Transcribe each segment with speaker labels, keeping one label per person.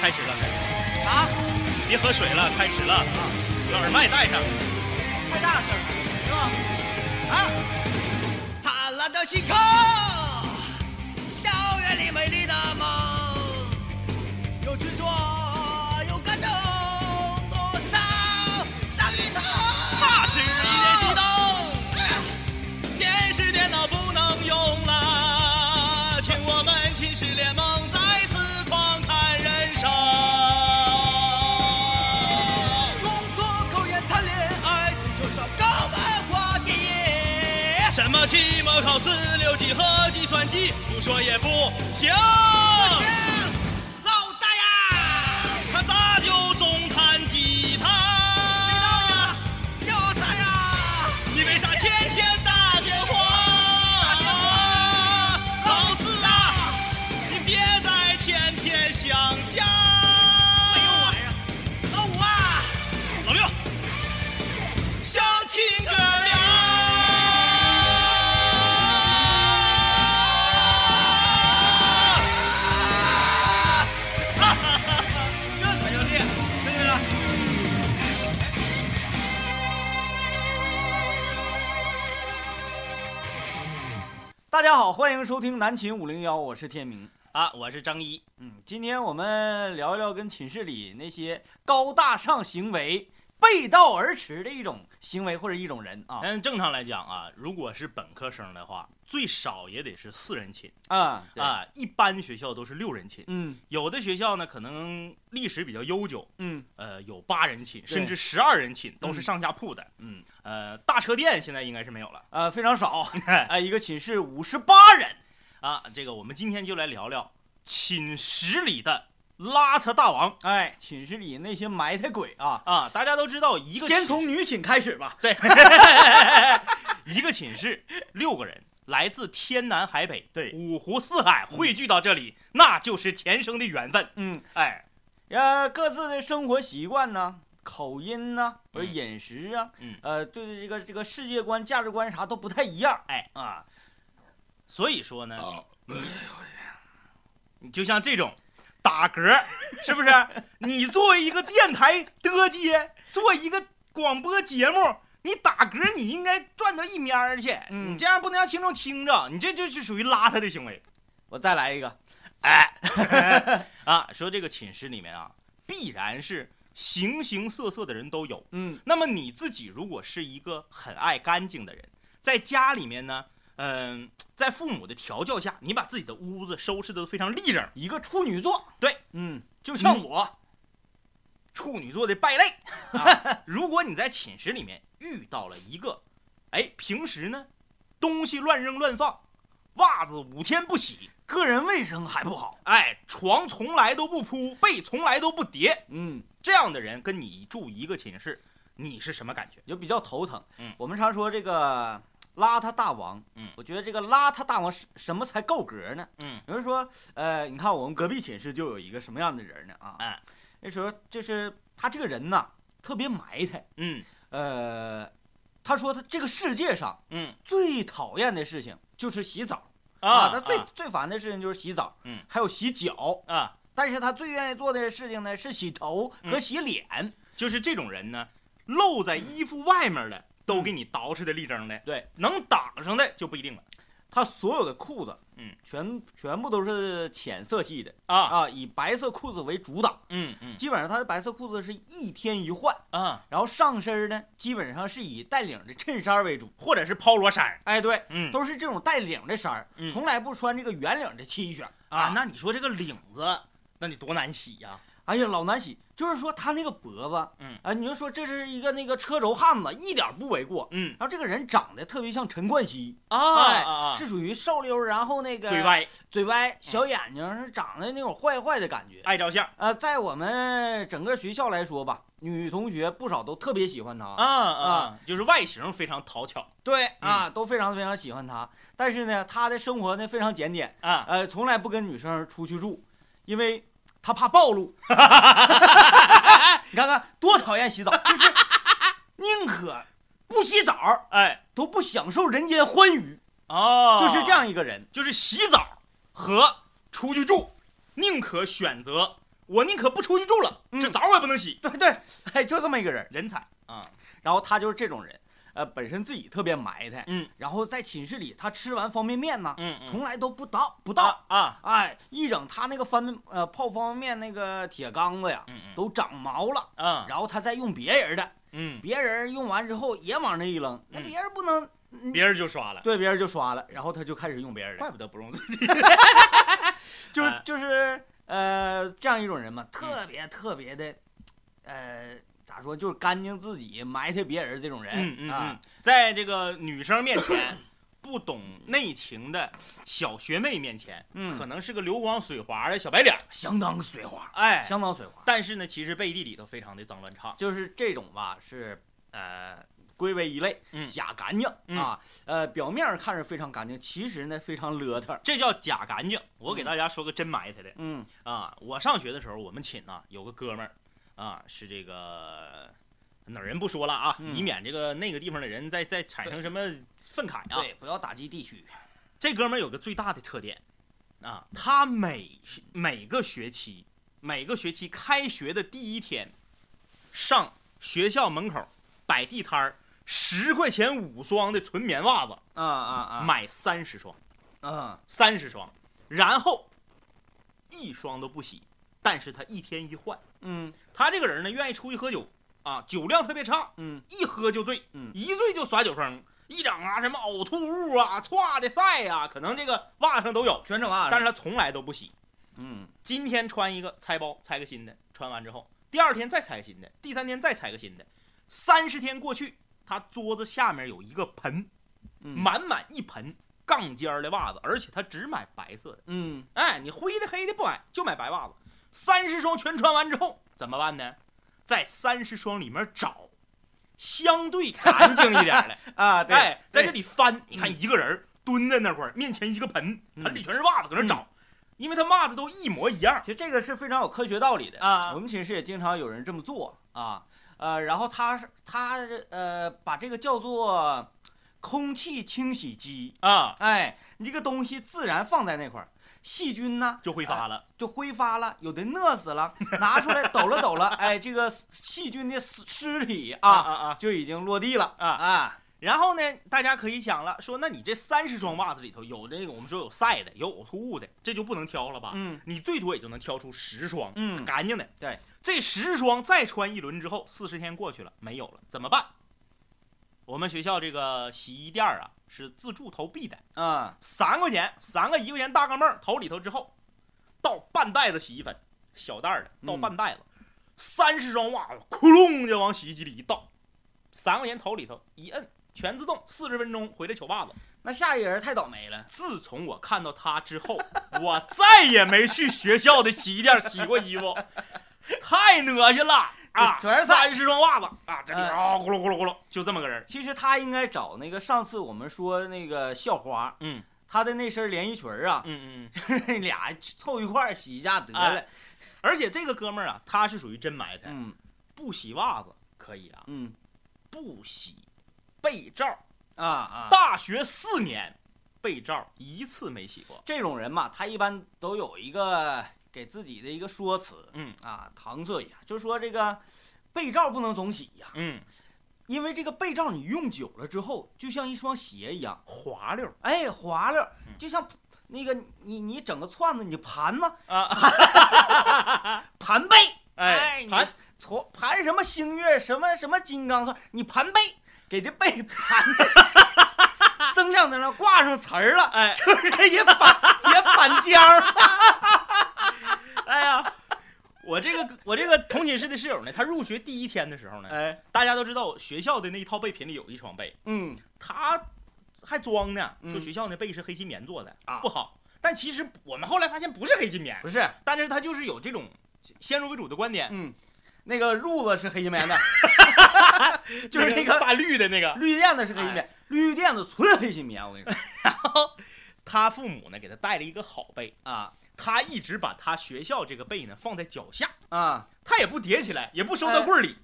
Speaker 1: 开始了，开始了，
Speaker 2: 啊，
Speaker 1: 别喝水了，开始了啊！把耳麦戴上。
Speaker 2: 太大声了，是吧？啊，灿烂的星空，校园里美丽的梦，有执着，有感动，多少少年头。
Speaker 1: 那是一年激动，电视电脑不能用了，听我们秦时联盟再次狂谈人生。
Speaker 2: 工作、考研、谈恋爱，足球上高漫画电影。
Speaker 1: 什么期末考四六级和计算机，不说也不行。
Speaker 2: 老大呀，
Speaker 1: 他咋就总弹吉他？
Speaker 2: 叫啥呀？
Speaker 1: 哎你为啥天天打电话？老四啊，你别再天天想家。哎
Speaker 2: 没有玩意儿。老五啊，
Speaker 1: 老六，相亲哥俩。
Speaker 2: 这才叫练，对不对？
Speaker 3: 大家好，欢迎收听南秦五零幺，我是天明。
Speaker 1: 啊，我是张一，
Speaker 3: 嗯，今天我们聊一聊跟寝室里那些高大上行为背道而驰的一种行为或者一种人啊
Speaker 1: 但正常来讲啊，如果是本科生的话，最少也得是四人寝
Speaker 3: 啊对
Speaker 1: 啊，一般学校都是六人寝，
Speaker 3: 嗯
Speaker 1: 有的学校呢可能历史比较悠久，
Speaker 3: 嗯
Speaker 1: 呃，有八人寝，
Speaker 3: 对
Speaker 1: 甚至十二人寝，都是
Speaker 3: 嗯
Speaker 1: 上下铺的。嗯，呃，大车店现在应该是没有了。
Speaker 3: 呃非常少，哎一个寝室五十八人，
Speaker 1: 啊，这个我们今天就来聊聊寝室里的邋遢大王
Speaker 3: 哎寝室里那些埋汰鬼啊，
Speaker 1: 啊！大家都知道，一个
Speaker 3: 先
Speaker 1: 寝
Speaker 3: 从女寝开始吧，
Speaker 1: 对，一个寝室六个人，来自天南海北，
Speaker 3: 对
Speaker 1: 五湖四海汇聚到这里，那就是前生的缘分。
Speaker 3: 嗯
Speaker 1: 哎，
Speaker 3: 呃各自的生活习惯呢。口音呐，或者
Speaker 1: 嗯
Speaker 3: 饮食啊，
Speaker 1: 嗯
Speaker 3: 呃，对这个这个世界观、价值观啥都不太一样，哎啊，
Speaker 1: 所以说呢，
Speaker 3: 哦
Speaker 1: 你就像这种打嗝，是 不是？你作为一个电台的街，做一个广播节目，你打嗝你应该转到一边儿去，
Speaker 3: 嗯
Speaker 1: 你这样不能让听众听着，你这就是属于邋遢的行为
Speaker 3: 我再来一个，
Speaker 1: 啊！说这个寝室里面啊，必然是形形色色的人都有。
Speaker 3: 嗯
Speaker 1: 那么你自己如果是一个很爱干净的人，在家里面呢，嗯、在父母的调教下，你把自己的屋子收拾的非常立正，
Speaker 3: 一个处女座，
Speaker 1: 对，
Speaker 3: 嗯，
Speaker 1: 就像我，处女座的败 类。啊、如果你在寝室里面遇到了一个，哎，平时呢东西乱扔乱放，袜子五天不洗，
Speaker 3: 个人卫生还不好，
Speaker 1: 哎，床从来都不铺，被从来都不叠，
Speaker 3: 嗯，
Speaker 1: 这样的人跟你住一个寝室，你是什么感觉？
Speaker 3: 就比较头疼。
Speaker 1: 嗯
Speaker 3: 我们常说这个邋遢大王，
Speaker 1: 嗯
Speaker 3: 我觉得这个邋遢大王是什么才够格呢？
Speaker 1: 嗯，
Speaker 3: 有人说，呃，你看我们隔壁寝室就有一个什么样的人呢？啊，
Speaker 1: 哎
Speaker 3: 那时候就是他这个人呐，特别埋汰。
Speaker 1: 嗯
Speaker 3: 呃，他说他这个世界上
Speaker 1: 嗯
Speaker 3: 最讨厌的事情就是洗澡
Speaker 1: 啊
Speaker 3: 啊他最、最烦的事情就是洗澡，
Speaker 1: 嗯，
Speaker 3: 还有洗脚。
Speaker 1: 啊，
Speaker 3: 但是他最愿意做的事情呢是洗头和
Speaker 1: 嗯
Speaker 3: 洗脸，
Speaker 1: 就是这种人呢，露在衣服外面的都给你捯饬的立正的，
Speaker 3: 对，
Speaker 1: 能挡上的就不一定了
Speaker 3: 他所有的裤子，
Speaker 1: 嗯，
Speaker 3: 全全部都是浅色系的
Speaker 1: 啊，
Speaker 3: 啊，以白色裤子为主导。
Speaker 1: 嗯嗯
Speaker 3: 基本上他的白色裤子是一天一换，
Speaker 1: 啊，
Speaker 3: 然后上身呢基本上是以带领的衬衫为主。
Speaker 1: 或者是抛罗衫儿，
Speaker 3: 哎，对，
Speaker 1: 嗯
Speaker 3: 都是这种带领的衫儿，
Speaker 1: 嗯
Speaker 3: 从来不穿这个圆领的 T 恤
Speaker 1: 啊，那你说这个领子，那得多难洗呀？
Speaker 3: 哎呀，老难洗，就是说他那个脖子，
Speaker 1: 嗯
Speaker 3: 啊，你就说这是一个那个车轴汉子，一点儿不为过。
Speaker 1: 嗯
Speaker 3: 然后这个人长得特别像陈冠希，哎
Speaker 1: 啊啊，
Speaker 3: 是属于瘦溜儿，然后那个
Speaker 1: 嘴，歪，嗯
Speaker 3: 嘴歪，小眼睛是长得那种坏坏的感觉。
Speaker 1: 爱照相
Speaker 3: 呃，在我们整个学校来说吧，女同学不少都特别喜欢他，
Speaker 1: 啊啊，就是外形非常讨巧
Speaker 3: 对啊，都非常非常喜欢他。但是呢，他的生活呢非常检点，
Speaker 1: 啊，
Speaker 3: 呃，从来不跟女生出去住，因为他怕暴 露。你看看多讨厌洗澡，就是宁可不洗澡，
Speaker 1: 哎
Speaker 3: 都不享受人间欢愉，
Speaker 1: 哦，
Speaker 3: 就是这，样一个人。
Speaker 1: 就是洗澡和出去住，宁可选择我宁可不出去住了，
Speaker 3: 嗯
Speaker 1: 这澡我也不能洗。
Speaker 3: 对对，哎，就这么一个人。
Speaker 1: 人才啊，
Speaker 3: 然后他就是这种人，呃，本身自己特别埋汰，
Speaker 1: 嗯，
Speaker 3: 然后在寝室里他吃完方便面呢，
Speaker 1: 嗯从
Speaker 3: 从来都不倒不
Speaker 1: 到
Speaker 3: 倒，
Speaker 1: 啊，
Speaker 3: 哎，一整他那个方呃泡方便面那个铁缸子呀，
Speaker 1: 嗯嗯
Speaker 3: 都长毛了。
Speaker 1: 啊，
Speaker 3: 然后他再用别人的，
Speaker 1: 嗯，
Speaker 3: 别人用完之后也往那一扔，那
Speaker 1: 嗯
Speaker 3: 别人不能
Speaker 1: 别人就刷了，
Speaker 3: 对别人就刷了，然后他就开始用别人
Speaker 1: 嗯
Speaker 3: 的，
Speaker 1: 怪不得不用自己。
Speaker 3: 就
Speaker 1: 嗯
Speaker 3: 是
Speaker 1: 哎嗯
Speaker 3: 就是呃这样一种人嘛，特别特别的，呃咋说就是干净自己埋汰别人这种人，
Speaker 1: 嗯嗯嗯
Speaker 3: 啊，，
Speaker 1: 在这个女生面前，不懂内情的小学妹面前，
Speaker 3: 嗯
Speaker 1: 可能是个流光水滑的小白脸儿，
Speaker 3: 相当水滑，
Speaker 1: 哎，
Speaker 3: 相当水滑，
Speaker 1: 但是呢，其实背地里头非常的脏乱差。
Speaker 3: 就是这种吧是呃归为一类
Speaker 1: 嗯
Speaker 3: 假干净
Speaker 1: 嗯
Speaker 3: 啊，呃表面上看着非常干净，其实呢非常邋遢，
Speaker 1: 这叫假干净。我给
Speaker 3: 嗯
Speaker 1: 大家说个真埋汰的
Speaker 3: 嗯
Speaker 1: 啊！我上学的时候，我们寝呐、有个哥们儿啊，是这个哪儿人不说了啊，
Speaker 3: 嗯
Speaker 1: 以免这个那个地方的人再再产生什么愤慨啊。
Speaker 3: 嗯对，不要打击地区，
Speaker 1: 这哥们儿有个最大的特点啊，他每每个学期每个学期开学的第一天，上学校门口摆地摊儿，十块钱五双的纯棉袜子，
Speaker 3: 啊啊啊，
Speaker 1: 买三十双。
Speaker 3: 嗯
Speaker 1: 三十双，然后一双都不洗，但是他一天一换。
Speaker 3: 嗯
Speaker 1: 他这个人呢，愿意出去喝酒啊，酒量特别差，
Speaker 3: 嗯
Speaker 1: 一喝就醉，
Speaker 3: 嗯
Speaker 1: 一醉就耍酒疯，一整啊什么呕吐物啊、歘的晒呀、可能这个袜子上都有，
Speaker 3: 全整完了，
Speaker 1: 但是他从来都不洗。
Speaker 3: 嗯。
Speaker 1: 今天穿一个拆包，拆个新的，穿完之后，第二天再拆个新的，第三天再拆个新的，三十天过去，他桌子下面有一个盆，
Speaker 3: 嗯
Speaker 1: 满满一盆杠尖儿的袜子，而且他只买白色的。
Speaker 3: 嗯
Speaker 1: 哎，你灰的黑的不买，就买白袜子。三十双全穿完之后怎么办呢？在三十双里面找相对干净一点的，
Speaker 3: 啊， 对，
Speaker 1: 哎，在这里翻，你看一个人儿蹲在那块儿，面前一个盆，
Speaker 3: 嗯
Speaker 1: 盆里全是袜子，搁那找，因为他袜子都一模一样
Speaker 3: 其实这个是非常有科学道理的。
Speaker 1: 啊
Speaker 3: 我。们寝室也经常有人这么做啊，呃，然后他是他呃把这个叫做空气清洗机，
Speaker 1: 啊，
Speaker 3: 哎，你这个东西自然放在那块儿，细菌呢
Speaker 1: 就挥发了，
Speaker 3: 就挥发了，有的饿死了，拿出来抖了抖了，哎，这个细菌的尸尸体啊
Speaker 1: 啊啊！
Speaker 3: 就已经落地了
Speaker 1: 啊
Speaker 3: 啊，
Speaker 1: 然后呢，大家可以想了，说那你这三十双袜子里头有这个我们说有晒的，有呕吐物的，这就不能挑了吧？
Speaker 3: 嗯
Speaker 1: 你最多也就能挑出十双，
Speaker 3: 嗯
Speaker 1: 干净的。
Speaker 3: 对，
Speaker 1: 这十双再穿一轮之后，四十天过去了，没有了，怎么办？我们学校这个洗衣店儿啊是自助投币的，
Speaker 3: 啊，
Speaker 1: 三块钱，三个一块钱大钢镚儿投里头之后，倒半袋子洗衣粉，小袋儿的
Speaker 3: 嗯
Speaker 1: 倒半袋子，三十双袜子，窟窿就往洗衣机里一倒，三块钱投里头一摁，全自动，四十分钟回来取袜子。
Speaker 3: 那下一个人太倒霉了，
Speaker 1: 自从我看到他之后， 我再也没去学校的洗衣店洗过衣服， 太恶心了啊！
Speaker 3: 全是他哎
Speaker 1: 三十双袜子啊，这里边啊咕噜咕噜咕噜，就这么个人儿。
Speaker 3: 其实他应该找那个上次我们说那个校花，
Speaker 1: 嗯，
Speaker 3: 她的那身连衣裙儿啊，
Speaker 1: 嗯嗯，
Speaker 3: 俩凑一块儿洗一下得了。
Speaker 1: 哎而且这个哥们儿啊，他是属于真埋汰，
Speaker 3: 嗯
Speaker 1: 不洗袜子可以啊，
Speaker 3: 嗯
Speaker 1: 不洗被罩，
Speaker 3: 啊啊，
Speaker 1: 大学四年被罩一次没洗过。
Speaker 3: 这种人嘛，他一般都有一个给自己的一个说辞，
Speaker 1: 嗯
Speaker 3: 啊，搪塞一下，就说这个被罩不能总洗呀、
Speaker 1: 嗯，
Speaker 3: 因为这个被罩你用久了之后，就像一双鞋一样，
Speaker 1: 滑溜儿
Speaker 3: 哎，滑溜儿
Speaker 1: 嗯，
Speaker 3: 就像那个你你整个串子，你盘呢
Speaker 1: 啊，
Speaker 3: 啊 盘背。
Speaker 1: 哎，
Speaker 3: 你
Speaker 1: 盘
Speaker 3: 从盘什么星月什么什么金刚钻，你盘背，给这背 盘的增上增上，挂上词儿了，
Speaker 1: 哎
Speaker 3: 就是也反也反尖儿。
Speaker 1: 哎呀，我这个我这个同寝室的室友呢，他入学第一天的时候呢，
Speaker 3: 哎，
Speaker 1: 大家都知道学校的那一套被品里有一床被，
Speaker 3: 嗯
Speaker 1: 他还装呢，
Speaker 3: 嗯
Speaker 1: 说学校那被是黑心棉做的，
Speaker 3: 啊
Speaker 1: 不好。但其实我们后来发现不是黑心棉，
Speaker 3: 不是，
Speaker 1: 但是他就是有这种先入为主的观点，
Speaker 3: 嗯，那个褥子是黑心棉 的，就是那
Speaker 1: 那
Speaker 3: 个
Speaker 1: 嗯
Speaker 3: 哎
Speaker 1: 大绿的那个。
Speaker 3: 绿垫子是黑心棉，绿垫子纯黑心棉，我跟你说
Speaker 1: 他父母呢给他带了一个好被，
Speaker 3: 啊
Speaker 1: 他一直把他学校这个被呢放在脚下，
Speaker 3: 啊，
Speaker 1: 他也不叠起哎来，也不收到柜儿里，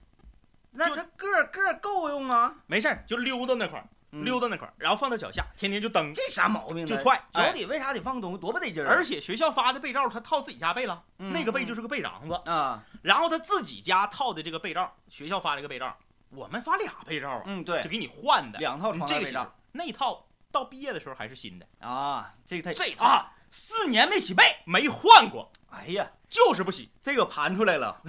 Speaker 3: 那
Speaker 1: 就
Speaker 3: 它个儿个儿够用啊，
Speaker 1: 没事儿就溜到那块儿。
Speaker 3: 嗯
Speaker 1: 溜达那块儿，然后放到脚下，天天就蹬
Speaker 3: 这啥毛病呢？
Speaker 1: 就踹，
Speaker 3: 脚
Speaker 1: 哎
Speaker 3: 底为啥得放个东西？多不得劲儿啊！
Speaker 1: 而且学校发的被罩，他套自己家被了，
Speaker 3: 嗯
Speaker 1: 那个被就是是个被瓤子。
Speaker 3: 啊，
Speaker 1: 然后他自己家套的这个被罩，学校发了一个被罩，我们发俩被罩啊，
Speaker 3: 嗯，对
Speaker 1: 就，给你换的。
Speaker 3: 两套
Speaker 1: 你
Speaker 3: 床
Speaker 1: 这
Speaker 3: 单
Speaker 1: 个
Speaker 3: 被
Speaker 1: 型
Speaker 3: 罩
Speaker 1: 儿，那套到毕业的时候还是新的，
Speaker 3: 啊，这个太
Speaker 1: 这套
Speaker 3: 啊，四年没洗被，
Speaker 1: 没换过，
Speaker 3: 哎呀，
Speaker 1: 就是不洗。
Speaker 3: 这个盘出来了，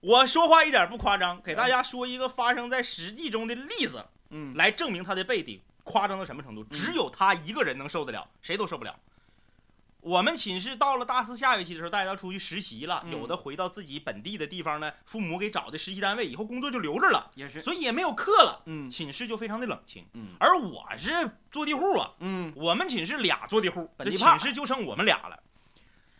Speaker 1: 我说话一点不夸张，给大家说一个发生在实际中的例子，
Speaker 3: 嗯，
Speaker 1: 来证明他的背底夸张到什么程度，只有他一个人能受得了，谁都受不了。我们寝室到了大四下学期的时候，大家都出去实习了，
Speaker 3: 嗯
Speaker 1: 有的回到自己本地的地方呢，父母给找的实习单位，以后工作就留着了，
Speaker 3: 也是，
Speaker 1: 所以也没有课了，
Speaker 3: 嗯
Speaker 1: 寝室就非常的冷清。
Speaker 3: 嗯
Speaker 1: 而我是坐地户啊，
Speaker 3: 嗯
Speaker 1: 我们寝室俩坐地户，
Speaker 3: 本
Speaker 1: 这
Speaker 3: 地
Speaker 1: 寝
Speaker 3: 派
Speaker 1: 室就剩我们俩了。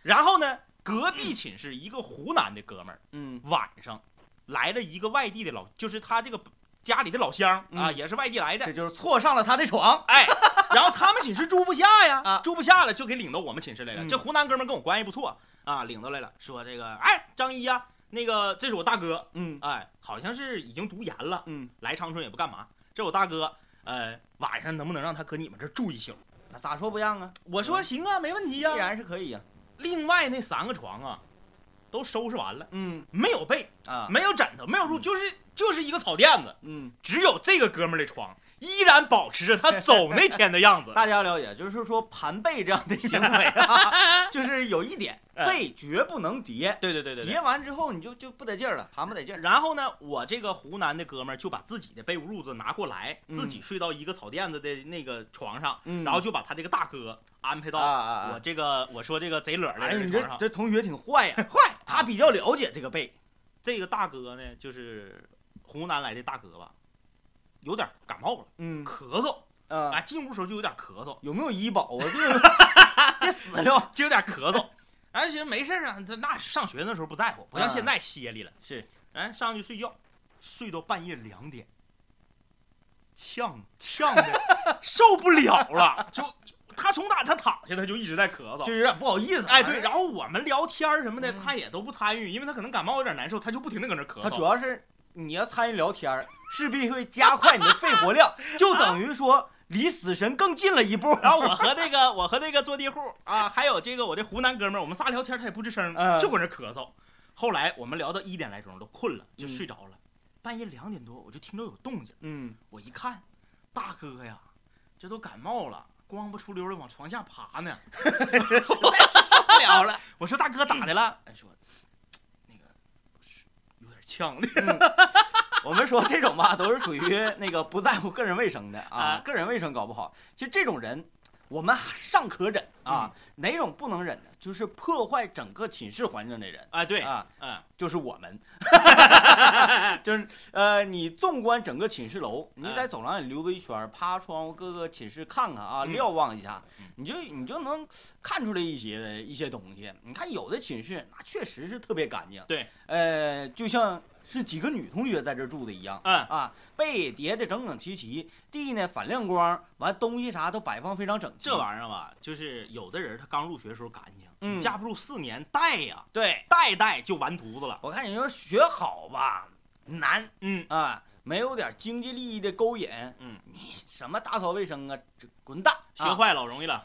Speaker 1: 然后呢，隔壁寝室一个湖南的哥们儿，
Speaker 3: 嗯
Speaker 1: 晚上来了一个外地的老，就是他这个家里的老乡啊，
Speaker 3: 嗯
Speaker 1: 也是外地来的
Speaker 3: 这。就是错上了他的床，
Speaker 1: 哎， 然后他们寝室住不下呀，
Speaker 3: 啊
Speaker 1: 住不下了就给领到我们寝室来了。
Speaker 3: 嗯
Speaker 1: 这湖南哥们儿跟我关系不错啊，领到来了，说这个，哎，张一呀、那个这是我大哥，
Speaker 3: 嗯
Speaker 1: 哎，好像是已经读研了，
Speaker 3: 嗯，
Speaker 1: 来长春也不干嘛。这我大哥，呃，晚上能不能让他搁你们这儿住一宿？
Speaker 3: 那咋说不让啊？
Speaker 1: 我说行啊，没问题
Speaker 3: 依
Speaker 1: 呀、
Speaker 3: 然是可以呀，
Speaker 1: 另外那三个床啊，都收拾完了，
Speaker 3: 嗯
Speaker 1: 没有被，
Speaker 3: 啊，
Speaker 1: 没有枕头，没有褥，
Speaker 3: 嗯
Speaker 1: 就是就是一个草垫子，
Speaker 3: 嗯，
Speaker 1: 只有这个哥们儿的床依然保持着他走那天的样子。
Speaker 3: 大家要了解，就是说盘被这样的行为 啊，就是有一点，
Speaker 1: 哎
Speaker 3: 被绝不能叠，
Speaker 1: 对对对对对
Speaker 3: 叠。完之后你就就不得劲儿了，盘不得劲儿，
Speaker 1: 然后呢，我这个湖南的哥们儿就把自己的被褥子拿过来，
Speaker 3: 嗯
Speaker 1: 自己睡到一个草垫子的那个床上，
Speaker 3: 嗯
Speaker 1: 然后就把他这个大哥安排
Speaker 3: 啊
Speaker 1: 到
Speaker 3: 啊
Speaker 1: 我
Speaker 3: 啊，
Speaker 1: 这个我说这个贼乐儿的
Speaker 3: 哎，
Speaker 1: 人
Speaker 3: 你
Speaker 1: 的
Speaker 3: 这
Speaker 1: 床上。
Speaker 3: 这同学挺 坏呀，啊
Speaker 1: 坏
Speaker 3: 他比较了解这个被，
Speaker 1: 这个大哥呢，就是湖南来的大哥吧，有点感冒了，
Speaker 3: 嗯
Speaker 1: 咳嗽，
Speaker 3: 啊
Speaker 1: 哎，进屋时候就有点咳嗽，
Speaker 3: 有没有医保啊？这 个别死了。
Speaker 1: 就有点咳嗽。哎，寻思没事儿啊，这那上学那时候不在乎，不像
Speaker 3: 啊
Speaker 1: 现在歇里了。
Speaker 3: 是，
Speaker 1: 哎，上去睡觉，睡到半夜两点，呛呛 的受不了了，就他从打他躺下他就一直在咳
Speaker 3: 就
Speaker 1: 嗽。
Speaker 3: 有点不好意思。
Speaker 1: 哎，对，然后我们聊天儿什么的，
Speaker 3: 嗯
Speaker 1: 他也都不参与，因为他可能感冒有点难受，他就不停的搁那咳嗽。
Speaker 3: 他主要是你要参与聊天儿，势必会加快你的肺活 量，就等于说离死神更近了一步。
Speaker 1: 然后我和那个我和那个坐地户啊，还有这个我这湖南哥们儿，我们仨聊天，他也不吱声，
Speaker 3: 嗯
Speaker 1: 就搁那咳嗽。后来我们聊到一点来钟都困了，就
Speaker 3: 嗯
Speaker 1: 睡着了。半夜两点多，我就听着有动静，
Speaker 3: 嗯，
Speaker 1: 我一看，大哥呀，这都感冒了，光不出溜的往床下爬呢。
Speaker 3: 受不了了。
Speaker 1: 我说大哥咋的了？哎说，那个有点呛的。
Speaker 3: 我们说这种吧，都是属于那个不在乎个人卫生的
Speaker 1: 啊
Speaker 3: 啊，个人卫生搞不好。其实这种人，我们尚可忍啊，哪种不能忍的，就是破坏整个寝室环境的人
Speaker 1: 啊，对，
Speaker 3: 啊。
Speaker 1: 嗯，
Speaker 3: 就是我们， 就是呃，你纵观整个寝室楼，你
Speaker 1: 嗯
Speaker 3: 在走廊里溜达一圈儿，趴窗户各个寝室看看啊，
Speaker 1: 嗯
Speaker 3: 瞭望一下
Speaker 1: 嗯，
Speaker 3: 你就你就能看出来一些一些东西。你看有的寝室那确实是特别干净，
Speaker 1: 对，
Speaker 3: 呃，就像是几个女同学在这儿住的一样。
Speaker 1: 嗯
Speaker 3: 啊，被叠的整整齐齐，地呢反亮光，完东西啥都摆放非常整齐。
Speaker 1: 这玩意儿吧，就是有的人他刚入学的时候干净，
Speaker 3: 嗯
Speaker 1: 你架不住四年带呀，
Speaker 3: 对，
Speaker 1: 带带就完犊子了。
Speaker 3: 我看你说学好吧难，
Speaker 1: 嗯，
Speaker 3: 啊，没有点经济利益的勾引，
Speaker 1: 嗯，
Speaker 3: 你什么打扫卫生啊，这滚蛋！
Speaker 1: 学
Speaker 3: 啊
Speaker 1: 坏了容易了。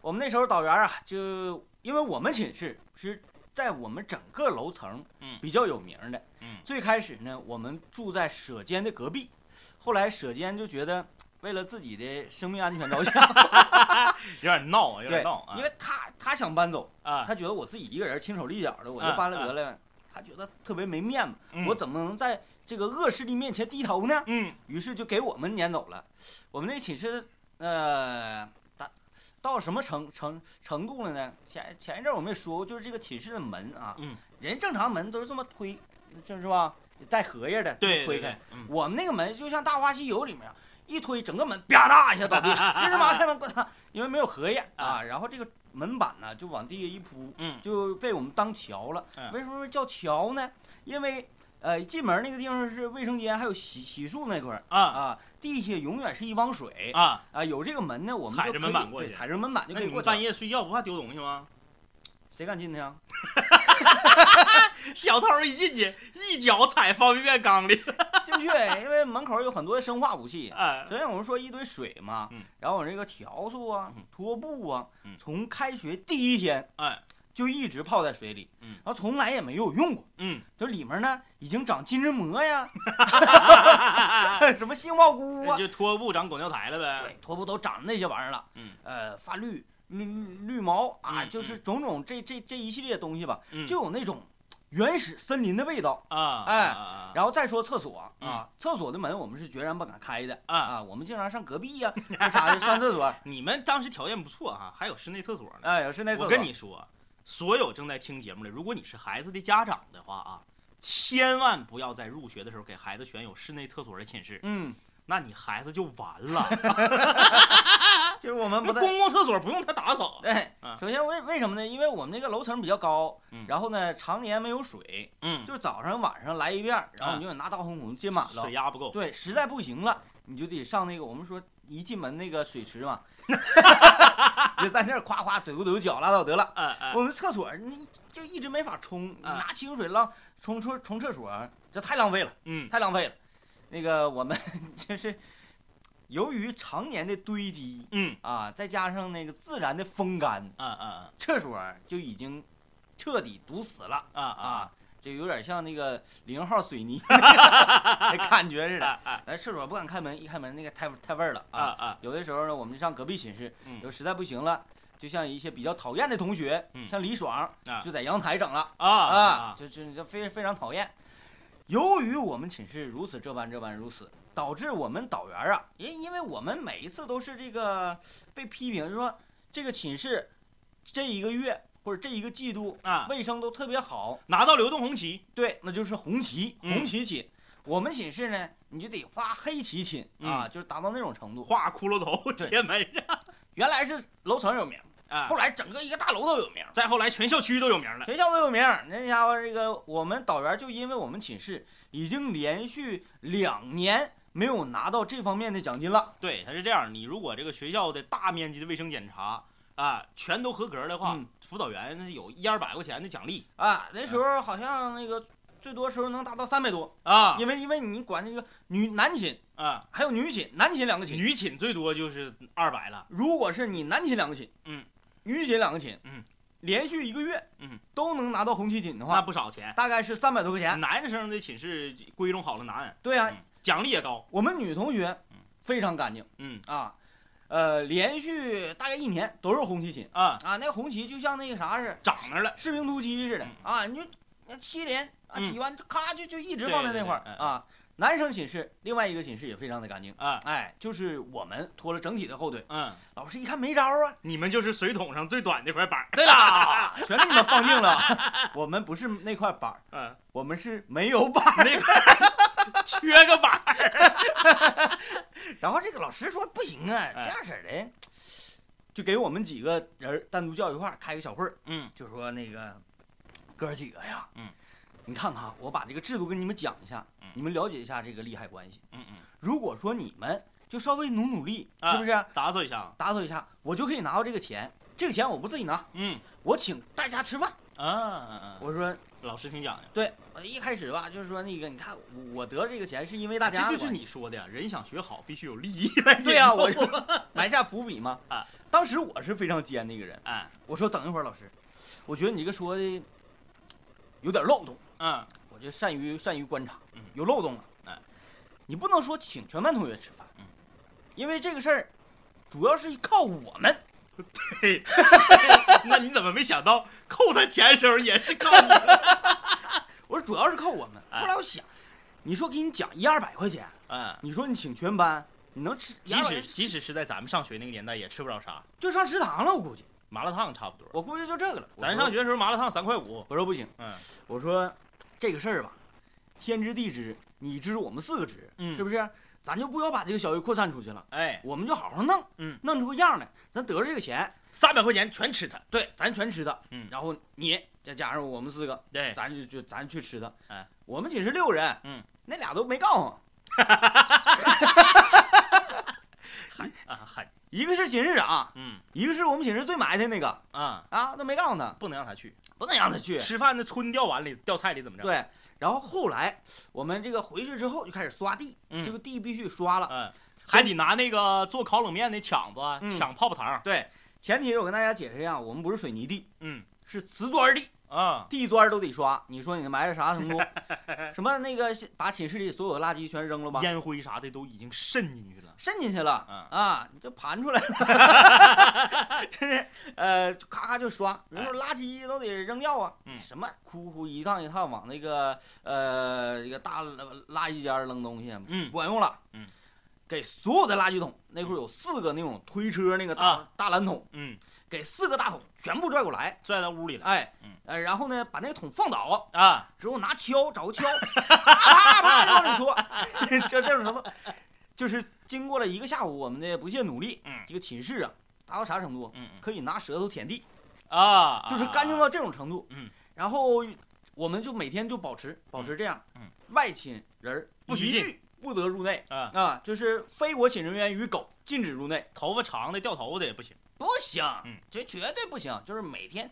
Speaker 3: 我们那时候导员啊，就因为我们寝室是在我们整个楼层，
Speaker 1: 嗯
Speaker 3: 比较有名的。
Speaker 1: 嗯
Speaker 3: 最开始呢，我们住在舍监的隔壁，后来舍监就觉得为了自己的生命安全着想，
Speaker 1: 有点闹啊，有点
Speaker 3: 对
Speaker 1: 闹 啊，
Speaker 3: 因为他他想搬走，
Speaker 1: 啊，
Speaker 3: 他觉得我自己一个人轻手利脚的，我就
Speaker 1: 嗯
Speaker 3: 搬了
Speaker 1: 嗯
Speaker 3: 得了。他觉得特别没面子，
Speaker 1: 嗯
Speaker 3: 我怎么能在这个恶势力面前低头呢？
Speaker 1: 嗯
Speaker 3: 于是就给我们撵走了。我们那寝室，呃，达到什么程程程度了呢？前前一阵儿我们也说过，就是这个寝室的门啊，
Speaker 1: 嗯
Speaker 3: 人正常门都是这么推，就是吧，带合页的，
Speaker 1: 对对
Speaker 3: 推开。
Speaker 1: 对，嗯
Speaker 3: 我们那个门就像《大话西游》里面啊一推，整个门啪嗒一下 倒地，这是嘛？开门，因为没有合页啊，然后这个门板呢就往地下一铺，
Speaker 1: 嗯
Speaker 3: 就被我们当桥了。
Speaker 1: 嗯
Speaker 3: 为什么叫桥呢？因为呃，进门那个地方是卫生间，还有洗洗漱那块儿
Speaker 1: 啊
Speaker 3: 啊，地下永远是一汪水啊
Speaker 1: 啊，
Speaker 3: 有这个门呢，我们
Speaker 1: 踩
Speaker 3: 就
Speaker 1: 着
Speaker 3: 可
Speaker 1: 门
Speaker 3: 以
Speaker 1: 板过
Speaker 3: 对
Speaker 1: 去
Speaker 3: 踩着门板就
Speaker 1: 那
Speaker 3: 可以
Speaker 1: 你
Speaker 3: 过
Speaker 1: 们
Speaker 3: 去。
Speaker 1: 半夜睡觉不怕丢东西 吗？
Speaker 3: 谁敢进去啊？
Speaker 1: 小偷一进去，一脚踩方便面缸里，
Speaker 3: 进不去，因为门口有很多生化武器。
Speaker 1: 哎，
Speaker 3: 昨天我们说一堆水嘛，
Speaker 1: 嗯
Speaker 3: 然后我这个笤帚啊
Speaker 1: 嗯、
Speaker 3: 拖布啊，
Speaker 1: 嗯
Speaker 3: 从开学第一天，
Speaker 1: 哎，
Speaker 3: 就一直泡在水里，
Speaker 1: 嗯
Speaker 3: 然后从来也没有用过。
Speaker 1: 嗯，
Speaker 3: 就里面呢已经长金针蘑呀，
Speaker 1: 啊
Speaker 3: 什么杏鲍菇
Speaker 1: 那
Speaker 3: 啊，
Speaker 1: 哎就拖布长狗尿苔了呗。
Speaker 3: 对，拖布都长那些玩意儿了。
Speaker 1: 嗯，
Speaker 3: 呃，发绿绿绿毛啊，
Speaker 1: 嗯
Speaker 3: 就是种种这这这一系列东西吧，
Speaker 1: 嗯
Speaker 3: 就有那种原始森林的味道。
Speaker 1: 啊，
Speaker 3: 哎
Speaker 1: 啊，
Speaker 3: 然后再说厕所啊，
Speaker 1: 嗯
Speaker 3: 厕所的门我们是决然不敢开的
Speaker 1: 啊
Speaker 3: 啊，我们经常上隔壁呀、那啥的上厕所。
Speaker 1: 你们当时条件不错哈，还有室内厕所呢。
Speaker 3: 哎呀，是那厕所。
Speaker 1: 我跟你说，所有正在听节目的，如果你是孩子的家长的话啊，千万不要在入学的时候给孩子选有室内厕所的寝室，
Speaker 3: 嗯，
Speaker 1: 那你孩子就完了。
Speaker 3: 就是我们不
Speaker 1: 那
Speaker 3: 太。
Speaker 1: 公共厕所不用他打扫。
Speaker 3: 哎
Speaker 1: 啊，
Speaker 3: 首先为为什么呢？因为我们那个楼层比较高，
Speaker 1: 嗯
Speaker 3: 然后呢常年没有水，
Speaker 1: 嗯，
Speaker 3: 就是早上晚上来一遍儿，然后你就得拿大红桶接满了
Speaker 1: 水。压不够。
Speaker 3: 对，实在不行了，你就得上那个我们说一进门那个水池 嘛，就在那儿夸夸怼咕怼咕脚拉倒得了。
Speaker 1: 哎哎
Speaker 3: 我们厕所你就一直没法冲，你
Speaker 1: 啊
Speaker 3: 拿清水浪冲冲冲厕所，这太浪费了，
Speaker 1: 嗯
Speaker 3: 太浪费了。那个我们 就是由于常年的堆积
Speaker 1: 嗯，
Speaker 3: 啊，再加上那个自然的风干，
Speaker 1: 啊啊
Speaker 3: 厕所就已经彻底堵死了。
Speaker 1: 啊啊
Speaker 3: 啊，这有点像那个零号水泥那感觉似的。来厕所不敢开门，一开门那个太太味儿了
Speaker 1: 啊
Speaker 3: 啊。
Speaker 1: 啊！
Speaker 3: 有的时候呢，我们就上隔壁寝室，
Speaker 1: 嗯
Speaker 3: 有实在不行了，就像一些比较讨厌的同学，
Speaker 1: 嗯
Speaker 3: 像李爽
Speaker 1: 啊
Speaker 3: 就在阳台整了
Speaker 1: 啊
Speaker 3: 啊，！就就就非非常讨厌。由于我们寝室如此这般这般如此，导致我们导员啊，因因为我们每一次都是这个被批评，就说这个寝室这一个月或者这一个季度
Speaker 1: 啊，
Speaker 3: 卫生都特别好，
Speaker 1: 拿到流动红旗，
Speaker 3: 对，那就是红旗，
Speaker 1: 嗯
Speaker 3: 红旗寝。我们寝室呢，你就得画黑旗寝、
Speaker 1: 嗯
Speaker 3: 啊，就是达到那种程度。
Speaker 1: 画骷髅头
Speaker 3: 对
Speaker 1: 贴门上
Speaker 3: 原来是楼层有名，
Speaker 1: 啊
Speaker 3: 后。来整个一个大楼都有名，
Speaker 1: 再后来，全校区都有名 了。
Speaker 3: 学校都有名。那家伙，这个我们导员就因为我们寝室已经连续两年没有拿到这方面的奖金了。
Speaker 1: 对，它是这样，你如果这个学校的大面积的卫生检查啊，全都合格的话，
Speaker 3: 嗯
Speaker 1: 辅导员那有一二百块钱的奖励
Speaker 3: 啊，那时候好像那个最多时候能达到三百多，
Speaker 1: 啊
Speaker 3: 因为因为你管那个女男寝
Speaker 1: 啊，
Speaker 3: 还有女寝，男寝两个寝，
Speaker 1: 女寝最多就是二百了，
Speaker 3: 如果是你男寝两个寝，
Speaker 1: 嗯，
Speaker 3: 女寝两个寝，
Speaker 1: 嗯，
Speaker 3: 连续一个月，
Speaker 1: 嗯，
Speaker 3: 都能拿到红旗锦的
Speaker 1: 那
Speaker 3: 话，哎
Speaker 1: 不少钱。
Speaker 3: 大概是三百多块钱。
Speaker 1: 男生的寝室归拢好了难，
Speaker 3: 对啊，
Speaker 1: 嗯奖励也高。
Speaker 3: 我们女同学
Speaker 1: 嗯
Speaker 3: 非常干净
Speaker 1: 嗯
Speaker 3: 啊，呃，连续大概一年都是红旗锦
Speaker 1: 啊，
Speaker 3: 啊，那个红旗就像那个啥似的，
Speaker 1: 长那儿了。
Speaker 3: 士兵突击似的
Speaker 1: 嗯
Speaker 3: 啊，你就那七连啊，
Speaker 1: 嗯
Speaker 3: 体完咔就就一直
Speaker 1: 对
Speaker 3: 放在那
Speaker 1: 对
Speaker 3: 块儿
Speaker 1: 对嗯
Speaker 3: 啊。男生寝室另外一个寝室也非常的干净，
Speaker 1: 啊，
Speaker 3: 哎，就是我们拖了整体的后腿。
Speaker 1: 嗯，
Speaker 3: 老师一看没招儿啊，
Speaker 1: 你们就是水桶上最短那块板儿。
Speaker 3: 对啦，全给你们放净了。 我们不是那块板儿，
Speaker 1: 嗯，
Speaker 3: 我们是没有板儿。
Speaker 1: 那块儿缺个板儿。
Speaker 3: 然后这个老师说不行啊，这样式儿的，就给我们几个人儿单独叫一块儿开个小会儿，
Speaker 1: 嗯
Speaker 3: 就说那个哥儿几个呀，
Speaker 1: 嗯，
Speaker 3: 你看看啊我把这个制度跟你们讲一下
Speaker 1: 嗯，
Speaker 3: 你们了解一下这个利害关系。
Speaker 1: 嗯嗯，
Speaker 3: 如果说你们就稍微努努力，
Speaker 1: 啊
Speaker 3: 是不是
Speaker 1: 打扫一下啊。
Speaker 3: 打扫一下，我就可以拿到这个钱？这个钱我不自己拿，
Speaker 1: 嗯
Speaker 3: 我请大家吃饭。
Speaker 1: 啊啊，啊
Speaker 3: 我说
Speaker 1: 老师挺讲究。
Speaker 3: 对，我一开始吧，就是说那个，你看我我得这个钱是因为大家，
Speaker 1: 这就是你说的呀，人想学好必须有利益来引
Speaker 3: 对呀、
Speaker 1: 导
Speaker 3: 我就 埋下伏笔嘛。
Speaker 1: 啊，
Speaker 3: 当时我是非常尖的一个人，
Speaker 1: 哎
Speaker 3: 我说等一会儿老师，我觉得你这个说的有点漏洞，
Speaker 1: 嗯
Speaker 3: 我就善于善于观察
Speaker 1: 嗯，
Speaker 3: 有漏洞了。
Speaker 1: 哎，
Speaker 3: 你不能说请全班同学吃饭，
Speaker 1: 嗯
Speaker 3: 因为这个事儿主要是靠我们。
Speaker 1: 嘿，那你怎么没想到扣他钱的时候也是靠你？
Speaker 3: 我说主要是靠我们。
Speaker 1: 哎
Speaker 3: 后来我想，你说给你奖一二百块钱，
Speaker 1: 嗯，
Speaker 3: 你说你请全班，你能吃？
Speaker 1: 即
Speaker 3: 100
Speaker 1: 使即使是在咱们上学那个年代，也吃不着啥，
Speaker 3: 就上食堂了，我估计，
Speaker 1: 麻辣烫差不多。
Speaker 3: 我估计就这个了。
Speaker 1: 咱
Speaker 3: 我说
Speaker 1: 上学的时候麻辣烫三块五，
Speaker 3: 我说不行，
Speaker 1: 嗯，
Speaker 3: 我说这个事儿吧，天知地知，你知我们四个知，
Speaker 1: 嗯
Speaker 3: 是不是？咱就不要把这个小鱼扩散出去了，
Speaker 1: 哎，
Speaker 3: 我们就好好弄，
Speaker 1: 嗯，
Speaker 3: 弄出个样来，咱得着这个钱，
Speaker 1: 三百块钱全吃它。
Speaker 3: 对，咱全吃它，
Speaker 1: 嗯
Speaker 3: 然后你再加上我们四个，
Speaker 1: 对，
Speaker 3: 咱就就咱去吃它，
Speaker 1: 哎，
Speaker 3: 我们寝室六人，
Speaker 1: 嗯，
Speaker 3: 那俩都没告诉我，
Speaker 1: 狠啊狠，
Speaker 3: 一个是寝室长，
Speaker 1: 嗯
Speaker 3: 一个是我们寝室最埋汰那个
Speaker 1: 啊，
Speaker 3: 啊，都没告诉他，
Speaker 1: 不能让他去
Speaker 3: 不能让他去，
Speaker 1: 吃饭，那皴掉碗里掉菜里怎么着？
Speaker 3: 对，然后后来我们这个回去之后就开始刷地，
Speaker 1: 嗯
Speaker 3: 这个地必须刷了。
Speaker 1: 嗯，还得拿那个做烤冷面那抢子啊
Speaker 3: 嗯
Speaker 1: 抢泡泡糖。
Speaker 3: 对，前提是我跟大家解释一下，我们不是水泥地，
Speaker 1: 嗯
Speaker 3: 是瓷砖地，
Speaker 1: 啊，
Speaker 3: 地砖都得刷。你说你埋汰啥 程度？什么那个把寝室里所有垃圾全扔了吧，
Speaker 1: 烟灰啥的都已经渗进去了。
Speaker 3: 渗进去了。
Speaker 1: 嗯
Speaker 3: 啊，你就盘出来了， 真是，呃，就咔咔就刷，比如说垃圾都得扔掉啊，
Speaker 1: 哎嗯
Speaker 3: 什么哭哭一趟一趟往那个呃一个大垃垃圾间儿扔东西，啊
Speaker 1: 嗯
Speaker 3: 不管用了，
Speaker 1: 嗯，
Speaker 3: 给所有的垃圾桶，那会儿有四个那种推车那个大、
Speaker 1: 啊
Speaker 3: 大蓝桶，
Speaker 1: 嗯，
Speaker 3: 给四个大桶全部拽过来，
Speaker 1: 拽到屋里了
Speaker 3: 哎，
Speaker 1: 嗯
Speaker 3: 呃，然后呢把那个桶放倒，
Speaker 1: 啊。
Speaker 3: 之后拿锹找个锹，啪啪啪就往里搓， 就这种程度，就是经过了一个下午我们的不懈努力，
Speaker 1: 嗯
Speaker 3: 这个寝室啊达到啥程度？
Speaker 1: 嗯
Speaker 3: 可以拿舌头舔地，
Speaker 1: 嗯啊，
Speaker 3: 就是干净
Speaker 1: 啊。
Speaker 3: 到这种程度。
Speaker 1: 嗯，
Speaker 3: 然后我们就每天就保持保持这样，
Speaker 1: 嗯，
Speaker 3: 外寝人儿
Speaker 1: 不许
Speaker 3: 一
Speaker 1: 进
Speaker 3: 律不得入内
Speaker 1: 啊
Speaker 3: 啊，就是非国寝人员与狗禁止入内，
Speaker 1: 头发长的掉头发的也不行。
Speaker 3: 不行
Speaker 1: 嗯，
Speaker 3: 这绝对不行。就是每天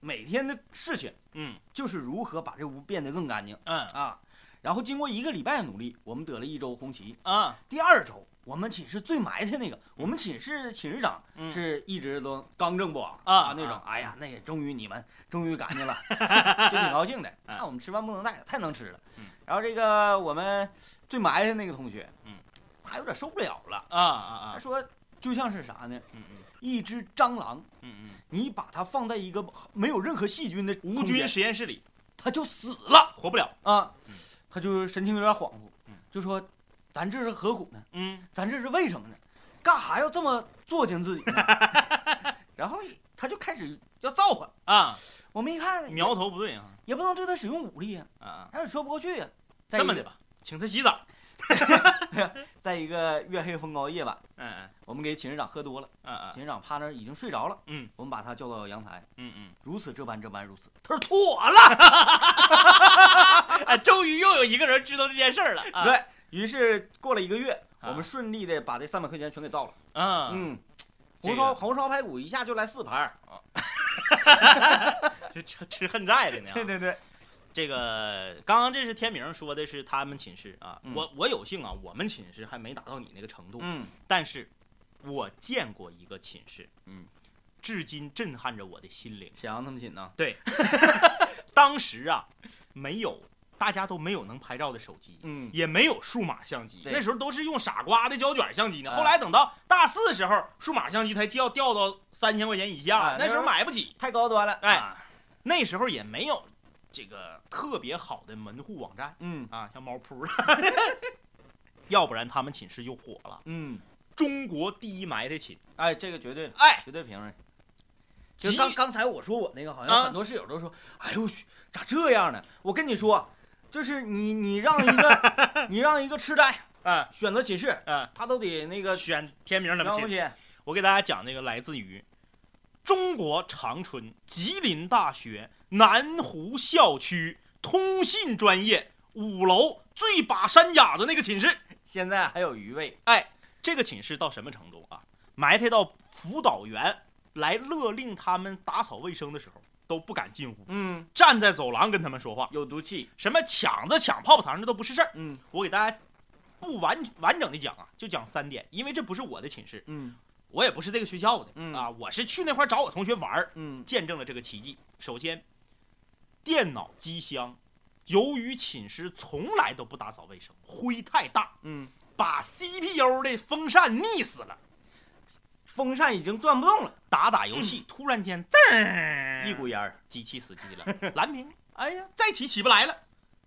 Speaker 3: 每天的事情
Speaker 1: 嗯
Speaker 3: 就是如何把这屋变得更干净。
Speaker 1: 嗯
Speaker 3: 啊。然后经过一个礼拜的努力，我们得了一周红旗。
Speaker 1: 啊，
Speaker 3: 第二周，我们寝室最埋汰那个，我们寝室寝室长
Speaker 1: 嗯
Speaker 3: 是一直都刚正不阿
Speaker 1: 啊
Speaker 3: 那种
Speaker 1: 啊。
Speaker 3: 哎呀，那也终于你们终于干净 了，就挺高兴的。那我们吃饭不能带，太能吃了
Speaker 1: 嗯。
Speaker 3: 然后这个我们最埋汰那个同学，
Speaker 1: 嗯，
Speaker 3: 他有点受不了了，
Speaker 1: 啊啊
Speaker 3: 他
Speaker 1: 啊，
Speaker 3: 说就像是啥呢？
Speaker 1: 嗯嗯
Speaker 3: 一只蟑螂，
Speaker 1: 嗯嗯，
Speaker 3: 你把它放在一个没有任何细菌的
Speaker 1: 无
Speaker 3: 空间
Speaker 1: 菌实验室里
Speaker 3: 它就死了。
Speaker 1: 了，活不了。
Speaker 3: 啊
Speaker 1: 嗯，
Speaker 3: 他就神情有点恍惚
Speaker 1: 嗯，
Speaker 3: 就说：“咱这是何苦呢？
Speaker 1: 嗯
Speaker 3: 咱这是为什么呢？干啥要这么作践自己 呢？”然后他就开始要造化。
Speaker 1: 啊，
Speaker 3: 我们一看，
Speaker 1: 苗头不对啊
Speaker 3: 也不能对他使用武力呀、
Speaker 1: 啊啊，
Speaker 3: 那也说不过去呀、在一
Speaker 1: 这么的吧，请他洗澡。
Speaker 3: 个，在一个月黑风高的夜晚，
Speaker 1: 嗯嗯
Speaker 3: 我们给寝室长喝多了，
Speaker 1: 嗯嗯
Speaker 3: 寝室长趴那儿已经睡着了。
Speaker 1: 嗯，
Speaker 3: 我们把他叫到阳台，
Speaker 1: 嗯嗯
Speaker 3: 如此这般这般如此，他说妥了。
Speaker 1: 嗯，哎，终于又有一个人知道这件事 儿了。啊，
Speaker 3: 对于是过了一个月，
Speaker 1: 啊
Speaker 3: 我们顺利的把这三百块钱全给到了。
Speaker 1: 嗯，
Speaker 3: 嗯，
Speaker 1: 这个
Speaker 3: 红烧红烧排骨一下就来四盘儿，
Speaker 1: 这吃吃恨债 的呢。
Speaker 3: 对对，
Speaker 1: 这个刚刚这是天明说的是他们寝室啊，
Speaker 3: 嗯
Speaker 1: 我我有幸啊，我们寝室还没达到你那个程度，
Speaker 3: 嗯
Speaker 1: 但是我见过一个寝室，
Speaker 3: 嗯，
Speaker 1: 至今震撼着我的心灵。
Speaker 3: 沈阳他们寝呢，
Speaker 1: 当时啊，没有，大家都没有能拍照的手机，
Speaker 3: 嗯，
Speaker 1: 也没有数码相机，
Speaker 3: 对
Speaker 1: 那时候都是用傻瓜的胶卷相机呢。
Speaker 3: 哎
Speaker 1: 后来等到大四时候，数码相机才要掉到三千块钱以下
Speaker 3: 哎，
Speaker 1: 那时候
Speaker 3: 那时候
Speaker 1: 买不起。
Speaker 3: 太高端了，
Speaker 1: 哎
Speaker 3: 啊
Speaker 1: 那时候也没有这个特别好的门户网站
Speaker 3: 嗯
Speaker 1: 啊，像猫扑， 要不然他们寝室就火了。
Speaker 3: 嗯，
Speaker 1: 中国第一埋汰寝，
Speaker 3: 哎，这个绝对
Speaker 1: 哎，
Speaker 3: 绝对平人。
Speaker 1: 急
Speaker 3: 就刚刚才我说我那个，好
Speaker 1: 啊
Speaker 3: 像很多室友都说，哎呦我去，咋这样呢？我跟你说，就是你你让一 个你让一个痴呆
Speaker 1: 啊
Speaker 3: 选择寝室，
Speaker 1: 啊，
Speaker 3: 他都得那个
Speaker 1: 选天明他们
Speaker 3: 了
Speaker 1: 寝
Speaker 3: 不。起，
Speaker 1: 我给大家讲那个来自于中国长春吉林大学南湖校区通信专业五楼最把山甲的那个寝室。
Speaker 3: 现在还有余味，
Speaker 1: 这个寝室到什么程度啊？埋汰到辅导员来勒令他们打扫卫生的时候都不敢进屋，
Speaker 3: 嗯，
Speaker 1: 站在走廊跟他们说话。
Speaker 3: 有毒气，
Speaker 1: 什么抢子抢泡泡糖，这都不是事儿。
Speaker 3: 嗯
Speaker 1: 我给大家不完完整的讲啊，就讲三点，因为这不是我的寝室，
Speaker 3: 嗯
Speaker 1: 我也不是这个学校的、
Speaker 3: 嗯
Speaker 1: 啊，我是去那块儿找我同学玩儿。
Speaker 3: 嗯
Speaker 1: 见证了这个奇迹。首先，电脑机箱由于寝室从来都不打扫卫生，灰太大，
Speaker 3: 嗯，
Speaker 1: 把 CPU 的风扇腻死了。
Speaker 3: 风扇已经转不动了，
Speaker 1: 打打游戏，突然间，噌，
Speaker 3: 嗯一股烟儿，
Speaker 1: 机器死机了，蓝屏，
Speaker 3: 哎呀，
Speaker 1: 再起起不来了。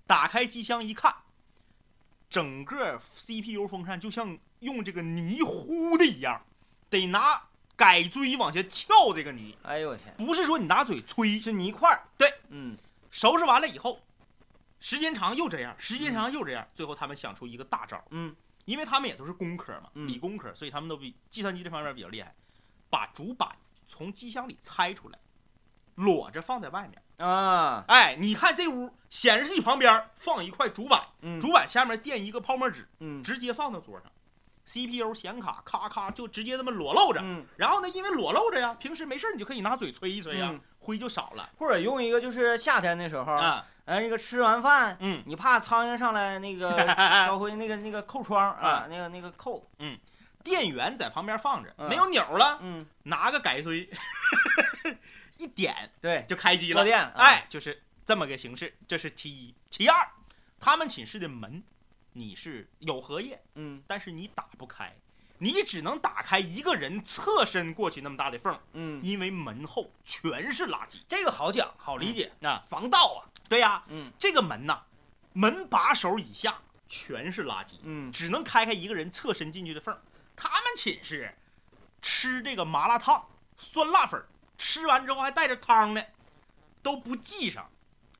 Speaker 1: 打开机箱一看，整个 CPU 风扇就像用这个泥糊的一样，得拿改锥往下撬这个泥，
Speaker 3: 哎呦我天，
Speaker 1: 不是说你拿嘴吹，
Speaker 3: 是泥块儿，
Speaker 1: 对，
Speaker 3: 嗯。
Speaker 1: 收拾完了以后，时间长又这样，时间长又这样，最后他们想出一个大招，
Speaker 3: 嗯，
Speaker 1: 因为他们也都是工科嘛，
Speaker 3: 嗯
Speaker 1: 理工科，所以他们都比计算机这方面比较厉害，把主板从机箱里拆出来，裸着放在外面。
Speaker 3: 啊，
Speaker 1: 哎，你看这屋显示器旁边放一块主板，
Speaker 3: 嗯
Speaker 1: 主板下面垫一个泡沫纸，
Speaker 3: 嗯
Speaker 1: 直接放到桌上。 CPU 显卡咔咔就直接他妈裸露着。
Speaker 3: 嗯，
Speaker 1: 然后呢，因为裸露着呀，平时没事儿你就可以拿嘴吹一吹呀，
Speaker 3: 嗯
Speaker 1: 灰就少了
Speaker 3: 或者用一个就是夏天的时候，
Speaker 1: 啊。
Speaker 3: 哎，那个吃完饭，
Speaker 1: 嗯，
Speaker 3: 你怕苍蝇上来 那个招灰那个那个扣窗啊，那个那个扣，
Speaker 1: 电源在旁边放着，
Speaker 3: 嗯
Speaker 1: 没有钮儿了，
Speaker 3: 嗯，
Speaker 1: 拿个改锥 一点
Speaker 3: 对，
Speaker 1: 就开机
Speaker 3: 漏
Speaker 1: 了。
Speaker 3: 电，啊，
Speaker 1: 哎，就是这么个形式，这是其一。其二，他们寝室的门你是有荷叶，
Speaker 3: 嗯
Speaker 1: 但是你打不开，你只能打开一个人侧身过去那么大的缝儿，
Speaker 3: 嗯，
Speaker 1: 因为门后全是垃圾。
Speaker 3: 这个好讲，好理解，
Speaker 1: 啊，
Speaker 3: 防盗啊，
Speaker 1: 对呀、
Speaker 3: 嗯
Speaker 1: 这个门呐、门把手以下全是垃圾，
Speaker 3: 嗯，
Speaker 1: 只能开开一个人侧身进去的缝儿。他们寝室吃这个麻辣烫、酸辣粉儿，吃完之后还带着汤呢，都不系上，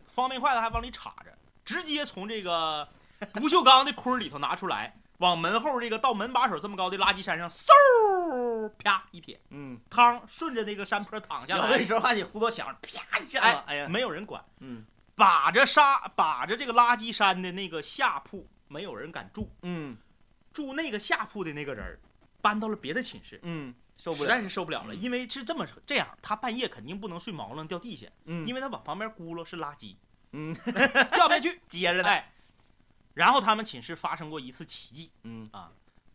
Speaker 1: 方便筷子还往里插着，直接从这个不锈钢的盔儿里头拿出来， 往门后这个到门把手这么高的垃圾山上，嗖，啪一撇，
Speaker 3: 嗯，
Speaker 1: 汤顺着那个山坡淌下
Speaker 3: 有的
Speaker 1: 来，
Speaker 3: 时候还得呼到响，啪一下子
Speaker 1: 哎，
Speaker 3: 哎呀，
Speaker 1: 没有人管。
Speaker 3: 嗯
Speaker 1: 把着沙把着这个垃圾山的那个下铺，没有人敢住，
Speaker 3: 嗯
Speaker 1: 住那个下铺的那个人儿搬到了别的寝室，
Speaker 3: 嗯，受不
Speaker 1: 实
Speaker 3: 了
Speaker 1: 在，是受不了了，
Speaker 3: 嗯
Speaker 1: 因为是这么这样，他半夜肯定不能睡毛愣掉地下，
Speaker 3: 嗯，
Speaker 1: 因为
Speaker 3: 为
Speaker 1: 他往旁边轱辘是垃圾，
Speaker 3: 嗯
Speaker 1: 掉不下去。
Speaker 3: 接着呢，
Speaker 1: 哎，然后他们寝室发生过一次奇迹，
Speaker 3: 嗯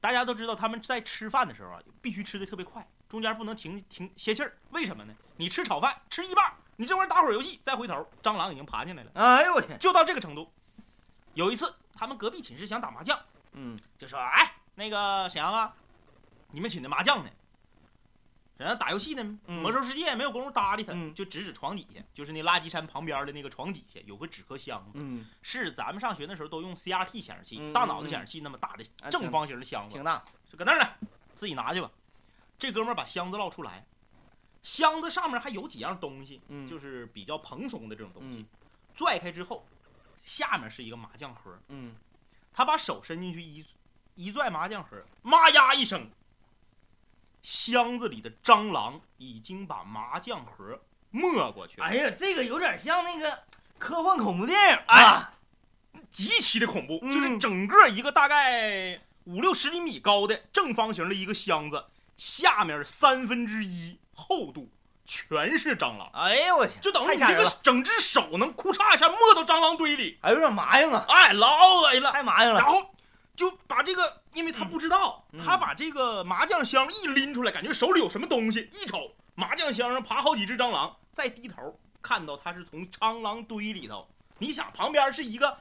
Speaker 1: 大家都知道他们在吃饭的时候啊，必须吃的特别快，中间不能停停歇气儿，为什么呢？你吃炒饭吃一半儿，你这会儿打会儿游戏再回头，蟑螂已经爬进来了。
Speaker 3: 哎呦我天，
Speaker 1: 就到这个程度。有一次，他们隔壁寝室想打麻将，
Speaker 3: 嗯
Speaker 1: 就说：“哎，那个沈阳啊，你们寝的麻将呢？沈阳打游戏呢，
Speaker 3: 嗯
Speaker 1: 魔兽世界没有功夫搭理他，
Speaker 3: 嗯
Speaker 1: 就指指床底下，就是那垃圾山旁边的那个床底下有个纸壳箱子，
Speaker 3: 嗯，
Speaker 1: 是咱们上学那时候都用 CRT 显示器、
Speaker 3: 嗯
Speaker 1: 大脑子显示器那么大的
Speaker 3: 啊
Speaker 1: 正方形的箱子，
Speaker 3: 挺大，
Speaker 1: 就搁那儿呢，自己拿去吧。这哥们儿把箱子捞出来，箱子上面还有几样东西，
Speaker 3: 嗯，
Speaker 1: 就是是比较蓬松的这种东西
Speaker 3: 嗯，
Speaker 1: 拽开之后，下面是一个麻将盒，
Speaker 3: 嗯，
Speaker 1: 他把手伸进去一一拽麻将盒，妈呀一声，箱子里的蟑螂已经把麻将盒没过去了，
Speaker 3: 哎呀，这个有点像那个科幻恐怖电影
Speaker 1: 哎
Speaker 3: 啊，
Speaker 1: 极其的恐怖，
Speaker 3: 嗯
Speaker 1: 就是整个一个大概五六十厘米高的正方形的一个箱子，下面三分之一厚度全是蟑螂。
Speaker 3: 哎呦我天，
Speaker 1: 就等于
Speaker 3: 太
Speaker 1: 你
Speaker 3: 吓
Speaker 1: 这
Speaker 3: 人
Speaker 1: 个
Speaker 3: 了
Speaker 1: 整只手能库嚓一下没到蟑螂堆里，
Speaker 3: 哎有点 麻痒啊，
Speaker 1: 哎，老恶心了。
Speaker 3: 太麻痒
Speaker 1: 然
Speaker 3: 了，
Speaker 1: 后就把这个，因为他不知道，
Speaker 3: 嗯
Speaker 1: 他把这个麻将箱一拎出来，感觉手里有什么东西，一瞅麻将箱上爬好几只蟑螂，再低头看到他是从蟑螂堆里头，你想旁边是一个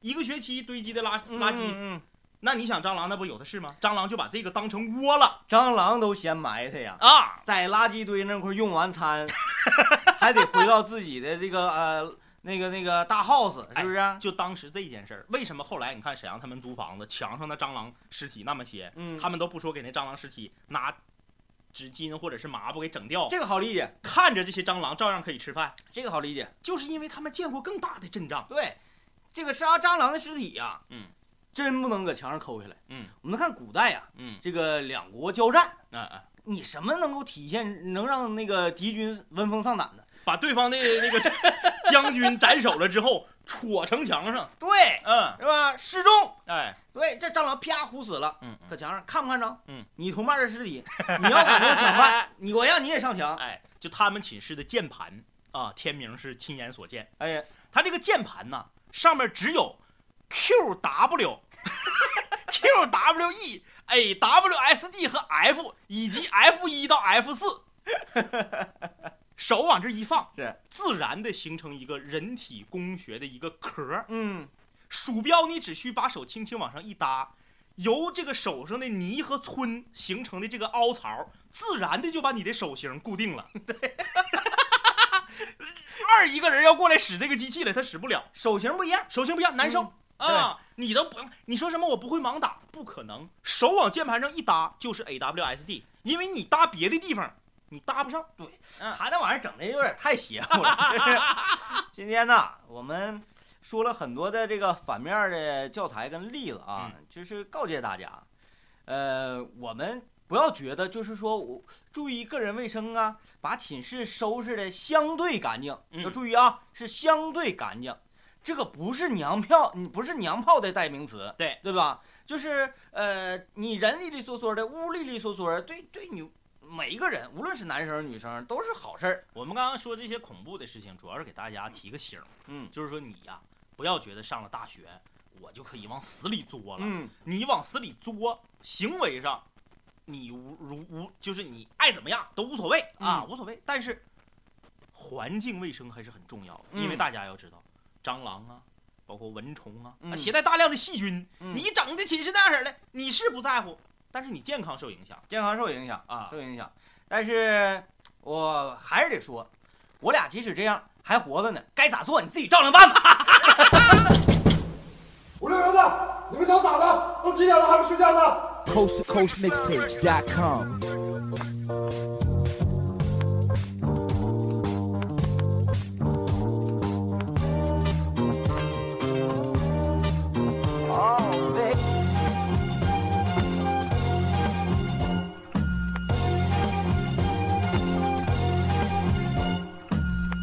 Speaker 1: 一个学期堆积的垃
Speaker 3: 嗯
Speaker 1: 垃圾，
Speaker 3: 嗯嗯
Speaker 1: 那你想蟑螂那不有的是吗？蟑螂就把这个当成窝了
Speaker 3: 蟑螂都嫌埋汰呀，
Speaker 1: 啊！
Speaker 3: 在垃圾堆那块儿用完餐，还得回到自己的这个呃那个那个大 house，是不是？
Speaker 1: 就当时这件事儿，为什么后来你看沈阳他们租房子，墙上的蟑螂尸体那么些，
Speaker 3: 嗯，
Speaker 1: 他们都不说给那蟑螂尸体拿纸巾或者是抹布给整掉，
Speaker 3: 这个好理解，
Speaker 1: 看着这些蟑螂照样可以吃饭，
Speaker 3: 这个好理解。
Speaker 1: 就是因为他们见过更大的阵仗。
Speaker 3: 对，这个杀蟑螂的尸体呀、
Speaker 1: 嗯，
Speaker 3: 真不能搁墙上抠下来。
Speaker 1: 嗯
Speaker 3: 我们看古代呀、
Speaker 1: 嗯，
Speaker 3: 这个两国交战，
Speaker 1: 啊啊，
Speaker 3: 你什么能够体现能让那个敌军闻风丧胆的？
Speaker 1: 把对方的那个将军斩首了之后，戳城墙上。
Speaker 3: 对，
Speaker 1: 嗯，
Speaker 3: 是吧？失踪。
Speaker 1: 哎，
Speaker 3: 对，这蟑螂啪呼死了，
Speaker 1: 嗯
Speaker 3: 搁墙上看不看着？
Speaker 1: 嗯，
Speaker 3: 你同伴的尸体，你要敢跟我 抢饭，你我让你也上墙。
Speaker 1: 哎，就他们寝室的键盘啊，天明是亲眼所见。
Speaker 3: 哎呀，
Speaker 1: 他这个键盘呐，上面只有 Q W。Q W E A W S D 和 F 以及 F 一到 F 四，手往这一放，
Speaker 3: 是
Speaker 1: 自然的形成一个人体工学的一个壳儿。
Speaker 3: 嗯，
Speaker 1: 鼠标你只需把手轻轻往上一搭，由这个手上的泥和皴形成的这个凹槽，自然的就把你的手型固定了。对， 二一个人要过来使这个机器了，他使不了，
Speaker 3: 手型不一样。
Speaker 1: 手型不一样，难受、
Speaker 3: 嗯
Speaker 1: 啊！你都不用，你说什么我不会盲打，不可能，手往键盘上一搭就是 A W S D，因为你搭别的地方你搭不上。
Speaker 3: 他那玩意儿整的有点太邪乎了。今天呢，我们说了很多的这个反面儿的教材跟例子啊，就是告诫大家，呃，我们不要觉得就是说我注意个人卫生啊，把寝室收拾的相对干净，
Speaker 1: 嗯
Speaker 3: 要注意啊，是相对干净，这个不是娘炮，你不是娘炮的代名词，
Speaker 1: 对
Speaker 3: 对吧？就是呃，你人利利索索的，屋利利索索的，对对你每一个人，无论是男生女生，都是好事儿。
Speaker 1: 我们刚刚说这些恐怖的事情，主要是给大家提个醒儿，
Speaker 3: 嗯
Speaker 1: 就是说你呀、不要觉得上了大学我就可以往死里作了。
Speaker 3: 嗯，
Speaker 1: 你往死里作，行为上你无如无，就是你爱怎么样都无所谓啊，
Speaker 3: 嗯
Speaker 1: 无所谓。但是环境卫生还是很重要的，
Speaker 3: 嗯
Speaker 1: 因为大家要知道，蟑螂啊，包括蚊虫啊，啊
Speaker 3: 嗯
Speaker 1: 携带大量的细菌，
Speaker 3: 嗯
Speaker 1: 你整的寝室那样式儿的，你是不在乎，但是你健康受影响
Speaker 3: 健康受影响，
Speaker 1: 啊。
Speaker 3: 受影响。但是我还是得说，我俩即使这样还活着呢，该咋做你自己照着办吧。
Speaker 4: 五六零的，你们想咋的？都几点了还不睡觉呢？
Speaker 5: coast to coast mixtape.com.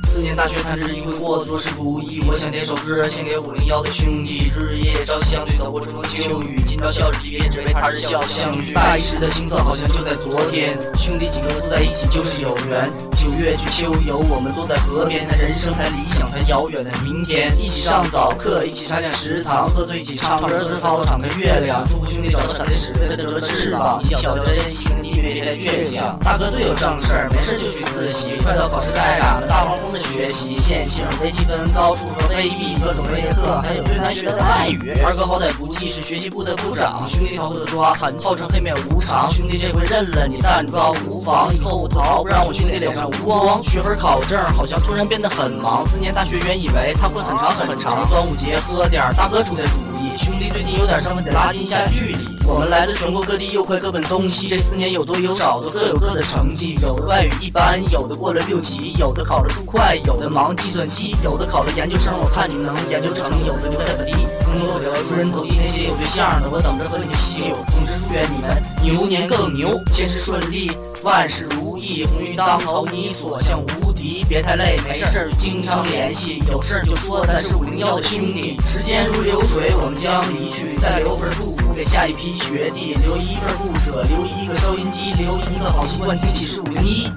Speaker 6: 四年大学弹指一挥过，着实不易。我想点首歌献给五零幺的兄弟，日夜朝夕相对，走过春风秋雨。今朝笑日离别，只为他日笑相遇。大一时的青涩好像就在昨天，兄弟几个坐在一起就是有缘。九月去秋游，我们坐在河边，谈人生，谈理想，谈遥远的明天。一起上早课，一起茶讲食堂，喝醉一起唱歌，自操敞开月亮。祝福兄弟找到闪电使飞的折翅膀，你晓得珍惜跟地别太倔强。大哥最有正事儿，没事就去自习，快到考试该赶了，大放松的学习。线性、微积分、高数和微粒，各种类课，还有对外学的外语。二哥好歹不济，是学习部的部长，兄弟逃不得抓，很号称黑面无常。兄弟这回认了你，但抓无妨，以后我逃不让我兄弟脸上无光。学分考证好像突然变得很忙，四年大学原以为它会很长很长。端午节喝点儿大哥出的主意，兄弟最近有点伤了，得拉近一下距离。我们来自全国各地，又快各奔东西。这四年有多有少，都各有各的成绩。有的外语一般，有的过了六级，有的考了注会，有的忙计算机，有的考了研究生。我看你们能研究成，有的留在本地嗯工作的出人头地。那些有对象的，我等着和你们嬉酒。总之祝愿你们牛年更牛，千事顺利，万事如意，鸿运当头，你所向无敌。别太累，没事儿经常联系，有事儿就说。咱是五零幺的兄弟，时间如流水，我们将离去，再留份祝福给下一批学弟，留一份不舍，留一个收音机，留一个好习惯，听起是五零一。